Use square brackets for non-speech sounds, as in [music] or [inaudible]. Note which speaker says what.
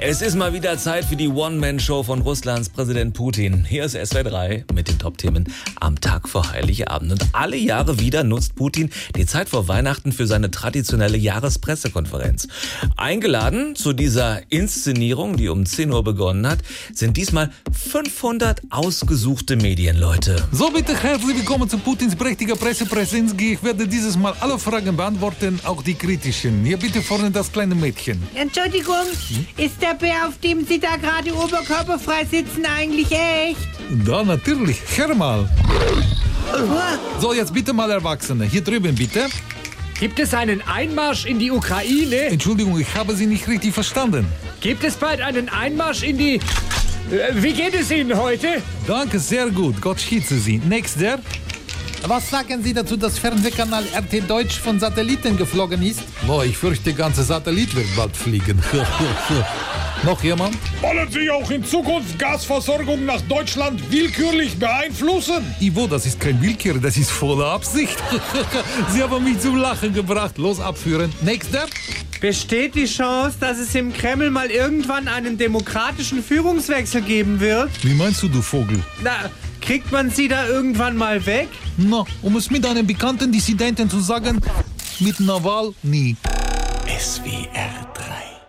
Speaker 1: Es ist mal wieder Zeit für die One-Man-Show von Russlands Präsident Putin. Hier ist SW3 mit den Top-Themen am Tag vor Heiligabend. Und alle Jahre wieder nutzt Putin die Zeit vor Weihnachten für seine traditionelle Jahrespressekonferenz. Eingeladen zu dieser Inszenierung, die um 10 Uhr begonnen hat, sind diesmal 500 ausgesuchte Medienleute.
Speaker 2: So bitte herzlich willkommen zu Putins prächtiger Pressepräsenz. Ich werde dieses Mal alle Fragen beantworten, auch die kritischen. Hier bitte vorne das kleine Mädchen.
Speaker 3: Entschuldigung, ist der Bär, auf dem Sie da gerade oberkörperfrei sitzen, eigentlich echt?
Speaker 2: Da natürlich, hör mal.
Speaker 3: Uah,
Speaker 2: So, jetzt bitte mal Erwachsene. Hier drüben bitte.
Speaker 4: Gibt es einen Einmarsch in die
Speaker 5: Äh,
Speaker 4: Ukraine?
Speaker 2: Entschuldigung, ich habe Sie nicht richtig verstanden.
Speaker 4: Gibt es bald einen Einmarsch in die... Äh, Wie geht es Ihnen heute?
Speaker 2: Danke, sehr gut. Gott schütze Sie. Nächster.
Speaker 6: Was sagen Sie dazu, dass Fernsehkanal RT Deutsch von Satelliten geflogen ist?
Speaker 2: Boah, ich fürchte, der ganze Satellit wird bald fliegen. [laughs] Noch jemand?
Speaker 7: Wollen Sie auch in Zukunft Gasversorgung nach Deutschland willkürlich beeinflussen?
Speaker 2: Ivo, das ist kein Willkür, das ist volle Absicht. [laughs] Sie haben mich zum Lachen gebracht. Los, abführen. Nächster.
Speaker 5: Besteht die Chance, dass es im Kreml mal irgendwann einen demokratischen Führungswechsel geben wird?
Speaker 2: Wie meinst du, du Vogel?
Speaker 5: Na, kriegt man sie da irgendwann mal weg?
Speaker 2: Na, um es mit einem bekannten Dissidenten zu sagen, mit Nawal nie.
Speaker 1: SWR